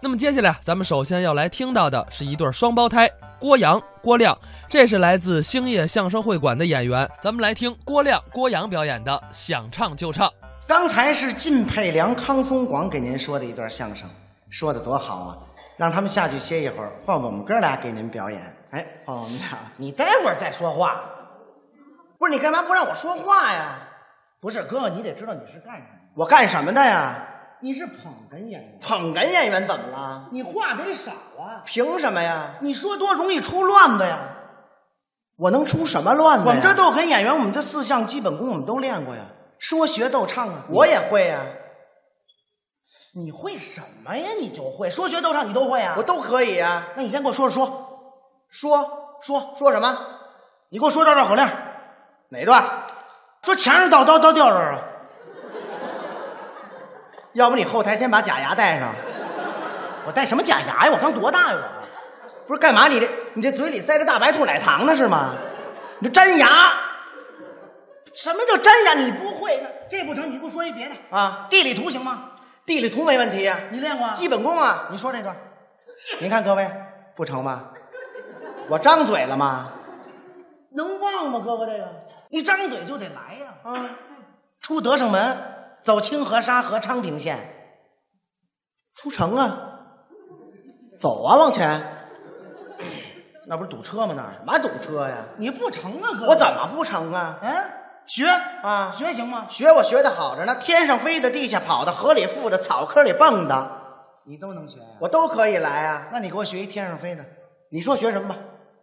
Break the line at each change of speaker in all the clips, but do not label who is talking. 那么接下来，咱们首先要来听到的是一对双胞胎郭阳、郭亮，这是来自星夜相声会馆的演员。咱们来听郭亮、郭阳表演的《想唱就唱》。
刚才是靳佩良、康松广给您说的一段相声，说的多好啊！让他们下去歇一会儿，换我们哥俩给您表演。哎，换我们俩，
你待会儿再说话。
不是你干嘛不让我说话呀？
不是哥，你得知道你是干什么。
我干什么的呀？
你是捧哏演员，
捧哏演员怎么了？
你话得少啊。
凭什么呀？
你说多容易出乱子呀。
我能出什么乱子呀？
我们这逗哏演员，我们这四项基本功我们都练过呀，说学逗唱啊，
我也会呀、
你会什么呀？你就会说学逗唱，你都会啊。
我，都可以呀、
那你先给我说说，
说
说，
说什么？
你给我说绕绕口令，
哪段？
说墙上倒刀刀掉着啊。
要不你后台先把假牙戴上？
我戴什么假牙呀？我刚多大呀？
不是干嘛你这你这嘴里塞着大白兔奶糖呢是吗？你这粘牙
我什么叫粘牙？你不会？那这不成，你给我说一别的。
啊！
地理图行吗？
地理图没问题呀、
你练过啊？
基本功啊，
你说这段，您看各位
不成吧？我张嘴了吗？
能忘吗？哥哥这个一张嘴就得来呀、
啊，
出德胜门，走清河沙河昌平县，
出城啊，走啊，往前，
那不是堵车吗？那儿
干嘛堵车呀？
你不成啊，哥
我怎么不成啊？
嗯、学
啊
学行吗？
学我学的好着呢，天上飞的，地下跑的，河里浮的，草坑里蹦的，
你都能学呀、
我都可以来啊。
那你给我学一天上飞的，
你说学什么吧？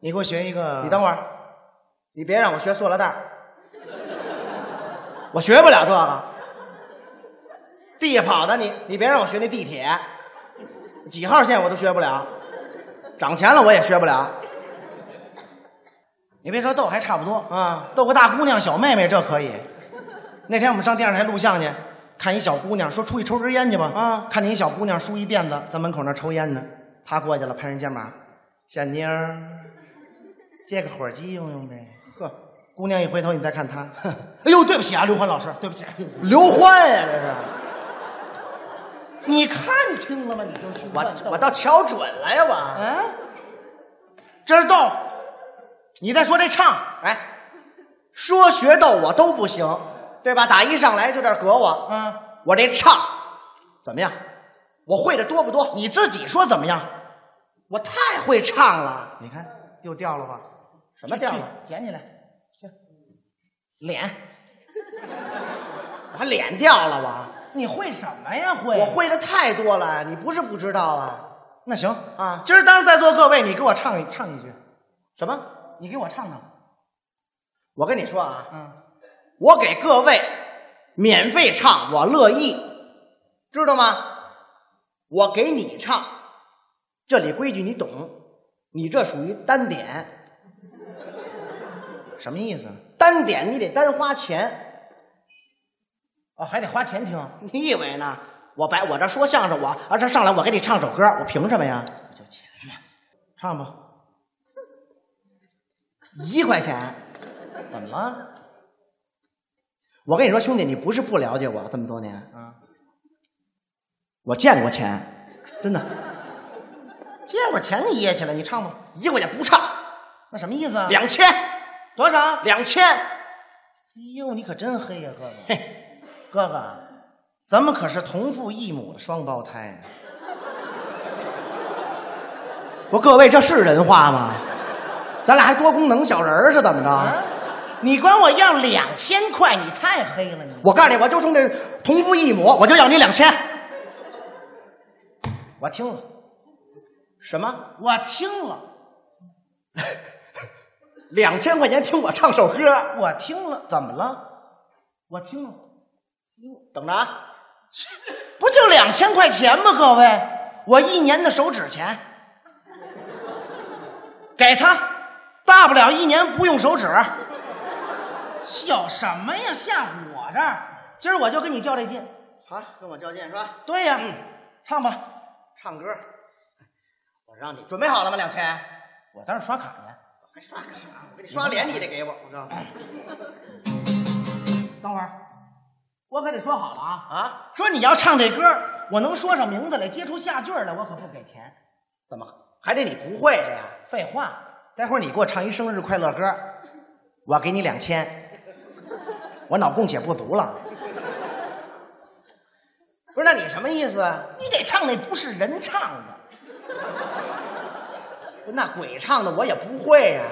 你给我学一个。
你等会儿，你别让我学塑料袋儿，我学不了这个。地下跑的你，你别让我学那地铁，几号线我都学不了，涨钱了我也学不了
你别说逗还差不多啊，
啊。
逗个大姑娘小妹妹这可以。那天我们上电视台录像去，看一小姑娘说出去抽根烟去吧
啊
看见一小姑娘梳一辫子在门口那抽烟呢，她过去了拍人肩膀，小妞儿，借个火机用用呗。
呵，
姑娘一回头，你再看她，哼哎呦，对不起啊，刘欢老师，对不起，对不起。
刘欢呀、这是
你看清了吗？你就去乱
我
斗
我倒瞧准了呀我。
啊，这是逗，你再说这唱，
哎，说学逗我都不行，对吧？打一上来就这儿搁我，
啊，
我这唱怎么样？我会的多不多？
你自己说怎么样？
我太会唱了，
你看又掉了吧？
什么调
去
儿？？
去捡起来，去脸，
我还脸掉了我？
你会什么呀？会
我会的太多了，你不是不知道啊？
那行
啊
今儿当着在座各位，你给我唱一唱一句，
什么？
你给我唱唱。
我跟你说啊，
嗯，
我给各位免费唱，我乐意，知道吗？我给你唱，这里规矩你懂，你这属于单 点，
什么意思？
单点你得单花钱，
哦，还得花钱听，
你以为呢？我白我这说相声我，啊这上来我给你唱首歌，我凭什么呀？
就钱嘛。唱吧。
一块钱，
怎么了？
我跟你说，兄弟，你不是不了解我这么多年，
啊，
我见过钱，真的，
借我钱你掖起来，你唱吧。
一块钱不唱，
那什么意思啊？
两千，
多少？
两千，
哎呦，你可真黑呀、哥哥！
嘿，
哥哥，咱们可是同父异母的双胞胎。啊
我各位这是人话吗？咱俩还多功能小人儿是怎么着？
啊！你管我要两千块，你太黑了你！
我告诉你，我就冲这同父异母，我就要你两千。
我听了，
什么？
我听了，
两千块钱听我唱首歌？
我听了，怎么了？我听了，
等着啊！
不就两千块钱吗？各位，我一年的手指 钱，给他，大不了一年不用手指。有什么呀？吓唬我这儿？今儿我就跟你较这劲。
好，跟我较劲是吧？
对呀、唱吧。
唱歌，我让你准备好了吗？两千，
我当时刷卡呢。
还刷卡？我给你刷脸，你得给我。我 告诉你
等会儿，我可得说好了啊
啊，
说你要唱这歌，我能说上名字来，接出下句儿来，我可不给钱。
怎么还得你不会的呀？
废话，待会儿你给我唱一生日快乐歌，我给你两千。我脑供血不足了，
不是，那你什么意思啊？
你得唱那不是人唱的，
不是那鬼唱的我也不会呀、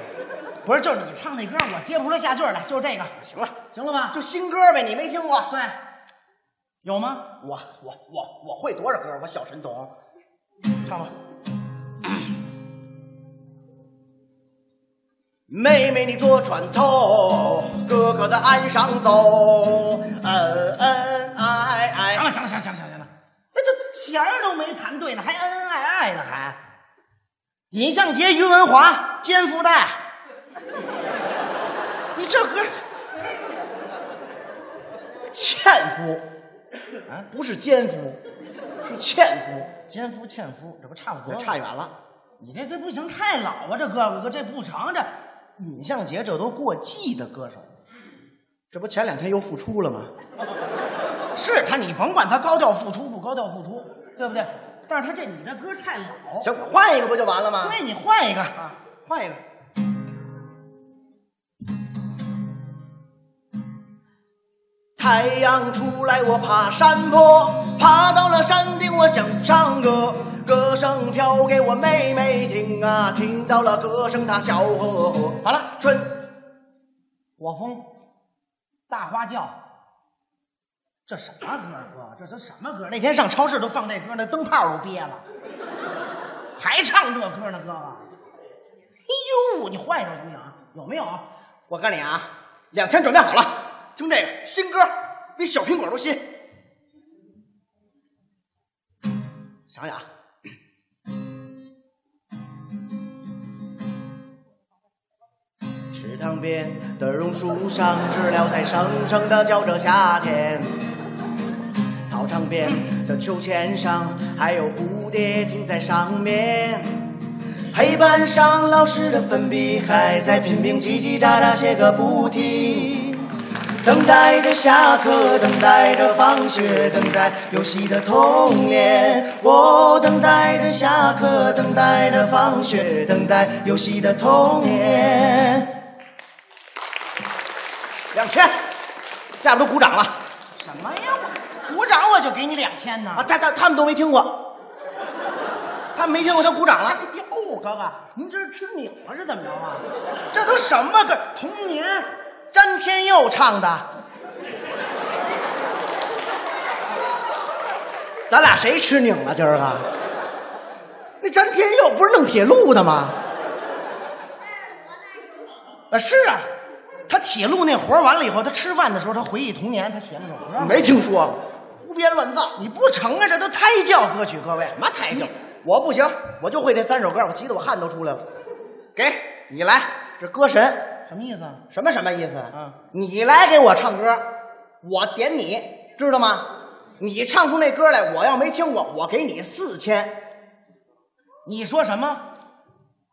不是就是你唱那歌，我接不出来下句儿来，就是这个，
行了，
行了吧？
就新歌呗，你没听过？
对，有吗？
我我我我会多少歌？我小神童，
唱吧。
妹妹你坐船头，哥哥在岸上走，恩恩爱爱
行。了，行了，行了，行了，行了，行了，那这弦儿都没弹对呢，还恩恩爱爱呢，还。尹相杰、于文华、肩负带，你这歌
纤夫，
啊，
不是奸夫，是纤夫，
肩夫、纤夫，这不差不
我
多吗
差远了。
你这这不行，太老啊，这哥哥这不成，这尹相杰这都过季的歌手了。
这不前两天又复出了吗？
是他，你甭管他高调复出不高调复出，对不对？但是他这你这歌太老，
行，我换一个不就完了吗？
对你换一个啊，
换一个。太阳出来，我爬山坡，爬到了山顶，我想唱歌，歌声飘给我妹妹听啊，听到了歌声她笑呵呵。
好了，
春，
火风，大花轿，这什么歌儿哥？这都什么歌儿？那天上超市都放这歌儿，那灯泡都憋了，还唱这歌儿呢，哥啊哥？哎呦，你换一首行不行啊？有没有？
我告诉你啊，两千准备好了，听这个新歌，比小苹果都新。想想啊，池塘边的榕树上，知了在声声地叫着夏天。操场边的秋千上，还有蝴蝶停在上面。黑板上老师的粉笔还在拼命叽叽喳喳写个不停，等待着下课，等待着放学，等待游戏的童年。我、等待着下课，等待着放学，等待游戏的童年。两千，下面都鼓掌了
什么呀？我鼓掌我就给你两千呢。
啊！他他他们都没听过，他们没听过，他鼓掌
哎
了。
呦，哥哥，您这是吃鸟啊是怎么着啊？这都什么歌？童年，詹天佑唱的。
咱俩谁吃拧了今儿
啊
个？那詹天佑不是弄铁路的吗？
啊，是啊，他铁路那活儿完了以后，他吃饭的时候，他回忆童年，他写了首歌。
没听说过，胡编乱造，
你不成啊，这都胎教歌曲，各位。
什么抬轿？我不行，我就会这三首歌，我急得我汗都出来了。给你来，这歌神
什么意思啊？
什么什么意思？
嗯，
你来给我唱歌，我点你，知道吗？你唱出那歌来，我要没听过，我给你四千；
你说什么？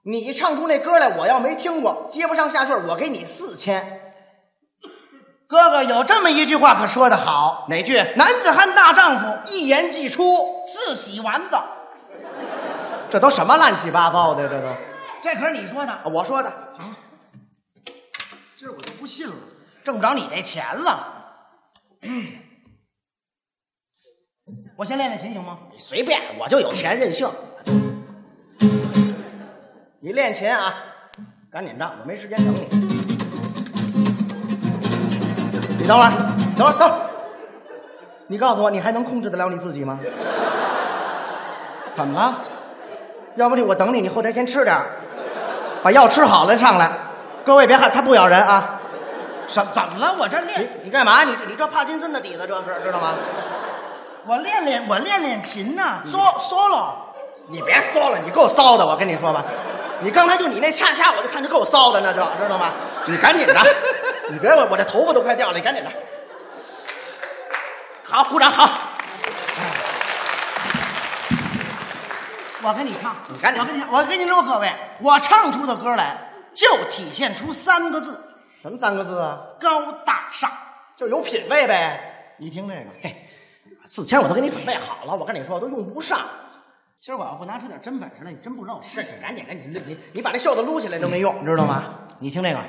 你唱出那歌来，我要没听过，接不上下句儿，我给你四千。
哥哥有这么一句话可说得好：
哪句？
男子汉大丈夫，
一言既出，
自洗丸子。
这都什么乱七八糟的？这都。
这可是你说的，
啊我说的，
今儿我就不信了，挣不着你这钱了。嗯我先练练琴行吗？
你随便，我就有钱任性。你练琴啊，赶紧的，我没时间等你。你等会儿，等会儿，等会儿。你告诉我，你还能控制得了你自己吗？怎么了？要不你我等你，你后台先吃点儿把药吃好了上来。各位别害，他不咬人啊。
什怎么了？我这
你
练，
你干嘛？你你这帕金森的底子，这是知道吗？
我练练，我练练琴呢。solo
嗯
solo，
你别骚了，你够骚的，我跟你说吧，你刚才就你那恰恰，我就看着够骚的，那就知道吗？你赶紧的，你别我我这头发都快掉了，你赶紧的。好，鼓掌好，
我跟你唱，
你赶紧
我跟你唱，我跟你说，各位，我唱出的歌来就体现出三个字：
什么三个字啊？
高大上。
就有品位呗。
你听这个，嘿，
四千我都给你准备好了，我跟你说我都用不上。
今儿我要不拿出点真本事来，你真不知道我
是，赶紧赶紧，你你你把这袖子撸起来都没用，知道吗？
你听这个，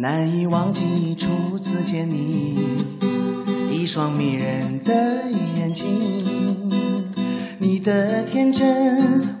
难以忘记初次见你，一双迷人的眼睛，你的天真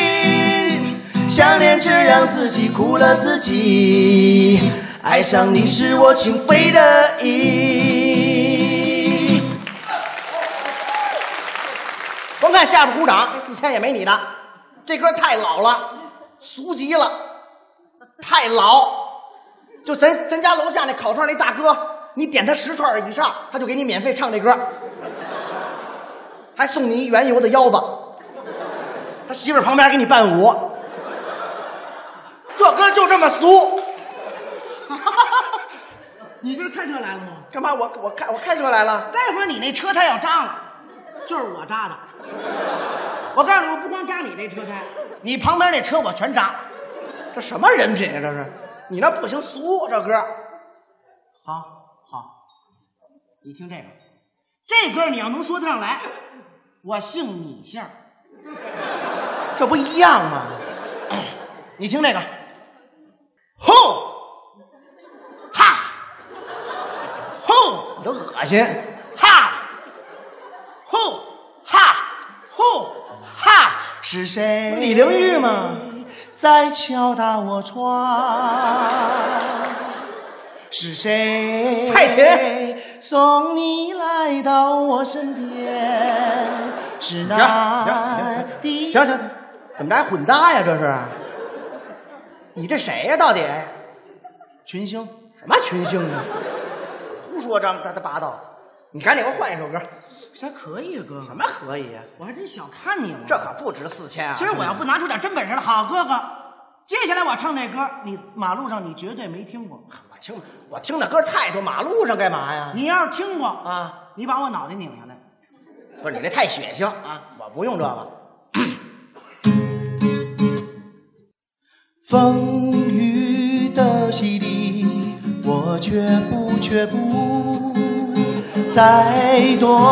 想念只让自己苦了自己，爱上你是我情非得已。
甭看下巴鼓掌，这四千也没你的。这歌太老了，俗极了，太老。就咱咱家楼下那烤串那大哥，你点他十串以上，他就给你免费唱这歌，还送你一原油的腰子。他媳妇儿旁边给你伴舞，这歌就这么俗。
你今儿开车来了吗？
干嘛我？我开我开车来了，
待会儿你那车胎要扎了，就是我扎的。我告诉你，我不光扎你这车胎，你旁边那车我全扎。
这什么人品呀、这是你那不行，俗这歌。
好，好，你听这个，这歌你要能说得上来，我姓你姓儿。
这不一样吗？
你听这个，吼，哈，吼
我都恶心。
哈，吼哈吼哈，
是谁？
李玲玉吗？
在敲打我窗？是谁？
蔡琴
送你来到我身边，是
行
那
行
地
行行行，怎么着还混搭呀？这是？你这谁呀、到底什
群星。
么群星啊？胡说张大大八道！你赶紧给我换一首歌。
这还可以，哥
什么可以呀、
我还真小看你了。
这可不值四千啊！
今儿我要不拿出点真本事来，好哥哥，接下来我唱这歌，你马路上你绝对没听过。
我听我听的歌太多，马路上干嘛呀？
你要是听过啊，
啊，
你把我脑袋拧下来。
不是你这太血腥啊！我不用这个。
风雨的洗礼，我却不却步。再多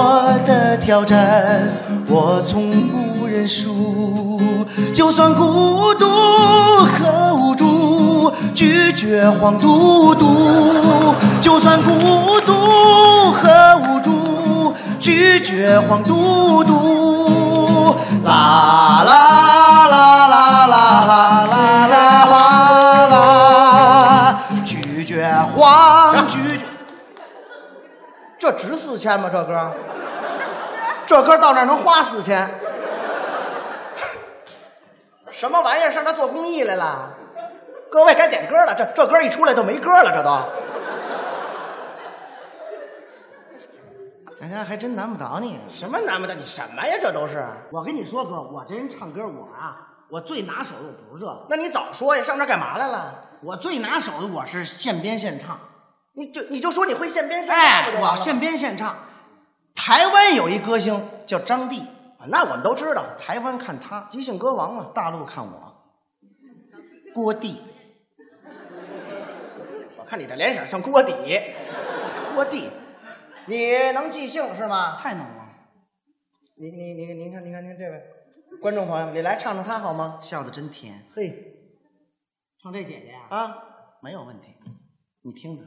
的挑战，我从不认输。就算孤独和无助，拒绝黄嘟嘟。就算孤独和无助，拒绝黄嘟嘟。啦啦啦啦啦啦啦啦啦啦，拒绝黄，拒绝。
这值四千吗？这歌，这歌到那儿能花四千？什么玩意儿？上这做公益来了？各位该点歌了，这这歌一出来就没歌了，这都 哎
大家还真难不倒你。
什么难不倒你什么呀？这都是？
我跟你说，哥，我这人唱歌，我啊，我最拿手的不是这个，
那你早说呀，上这儿干嘛来了？
我最拿手的我是现编现唱。
你就你就说你会现编现唱
哎
不就，完
我
了？
现编现唱。台湾有一歌星叫张帝，
啊那我们都知道，
台湾看他，
即兴歌王啊嘛。
大陆看我，郭帝。
我看你这脸色像锅底， 锅底。你能即兴是吗？
太能了，
你你你您看您看您看这位观众朋友们，你来唱唱他好吗？
笑得真甜。
嘿
唱这姐姐呀、
啊！
没有问题，你听着。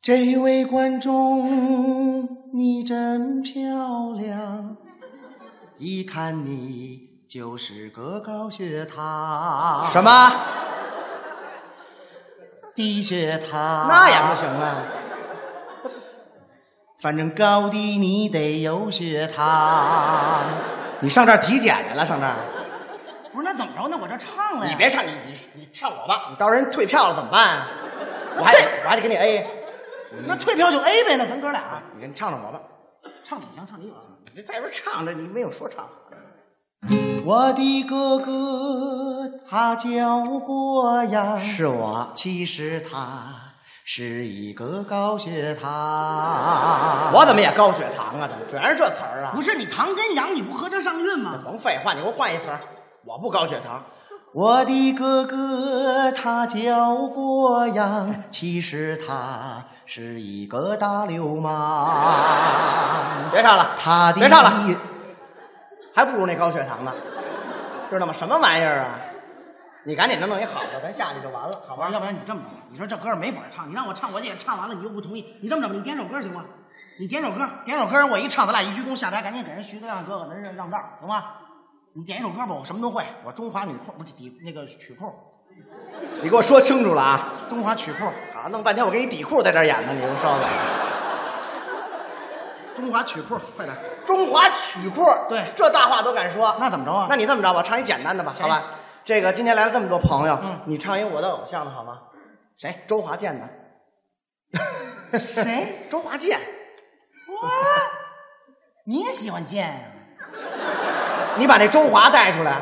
这位观众，你真漂亮，一看你就是个高血糖，
什么？
低血糖
那也不行啊！
反正高低你得有血糖。
你上这儿体检来了？上这儿？
不不是，那怎么着呢？我这唱了呀。
你别唱，你你你唱我吧，你到时候人退票了怎么办啊？我还得我还得给你 A，
那退票就 A 呗，那咱哥俩
啊你你唱唱我吧。
唱你行，唱你有行。
你在这唱着，你没有说唱。
我的哥哥他叫郭阳，
我，
其实他是一个高血啊糖。
我怎么也高血糖啊？怎么全是这词儿啊？
不是你唐跟羊，你不合着上韵吗？
甭废话，你给我换一词儿。我不高血糖，
我的哥哥他叫郭阳，其实他是一个大流氓。
别唱了，
他的
别唱了，还不如那高血糖呢，知道吗？什么玩意儿啊？你赶紧的弄一好的，咱下去就完了，好
不
吗
是，？要不然你这么着，你说这歌没法唱，你让我唱我也唱完了，你又不同意，你这么着吧，你点首歌行吗？你点首歌，点首歌，我一唱，咱俩一鞠躬下台，赶紧给人徐德亮哥哥那让让道儿，行吗？你点一首歌吧，我什么都会，我中华女库不是底那个曲库，
你给我说清楚了啊！
中华曲库，
好，弄半天我给你底裤在这儿演呢，你给我稍等。
中华曲库，快点，
中华曲库，
对
这大话都敢说，
那怎么着啊
那你这么着吧，唱一简单的吧，
谁
好吧？这个今天来了这么多朋友，
嗯
你唱一我的偶像的好吗？
谁？
周华健的，
谁？
周华健，
哇，你也喜欢健啊？
你把这周华带出来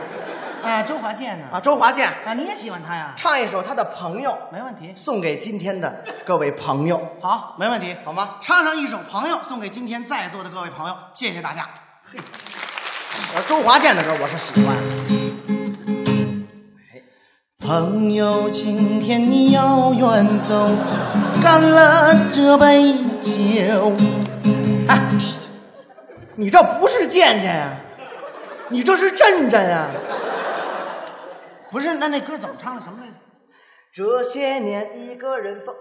哎，周华健呢？
啊！周华健
啊，你也喜欢他呀？
唱一首他的朋友，
没问题，
送给今天的各位朋友，
好，没问题，
好吗？
唱上一首《朋友》，送给今天在座的各位朋友，谢谢大家。嘿，
我周华健的歌我是喜欢的。
朋友，今天你要远走，干了这杯酒。
哎，你这不是健健呀，你这是震震呀。
不是，那那歌怎么唱的？什么来着？
这些年一个人疯，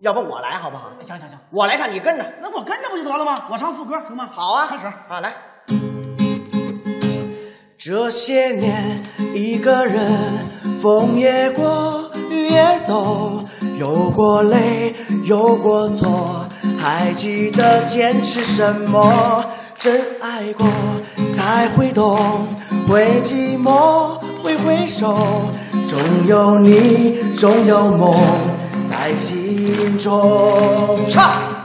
要不我来好不好？
哎行行行，
我来唱，你跟着。
那我跟着不就得了吗？我唱副歌行吗？
好啊，
开始。
啊，来。
这些年一个人，风也过，雨也走，有过泪，有过错，还记得坚持什么？真爱过才会懂，会寂寞，会挥手，总有你，总有梦在心中。唱。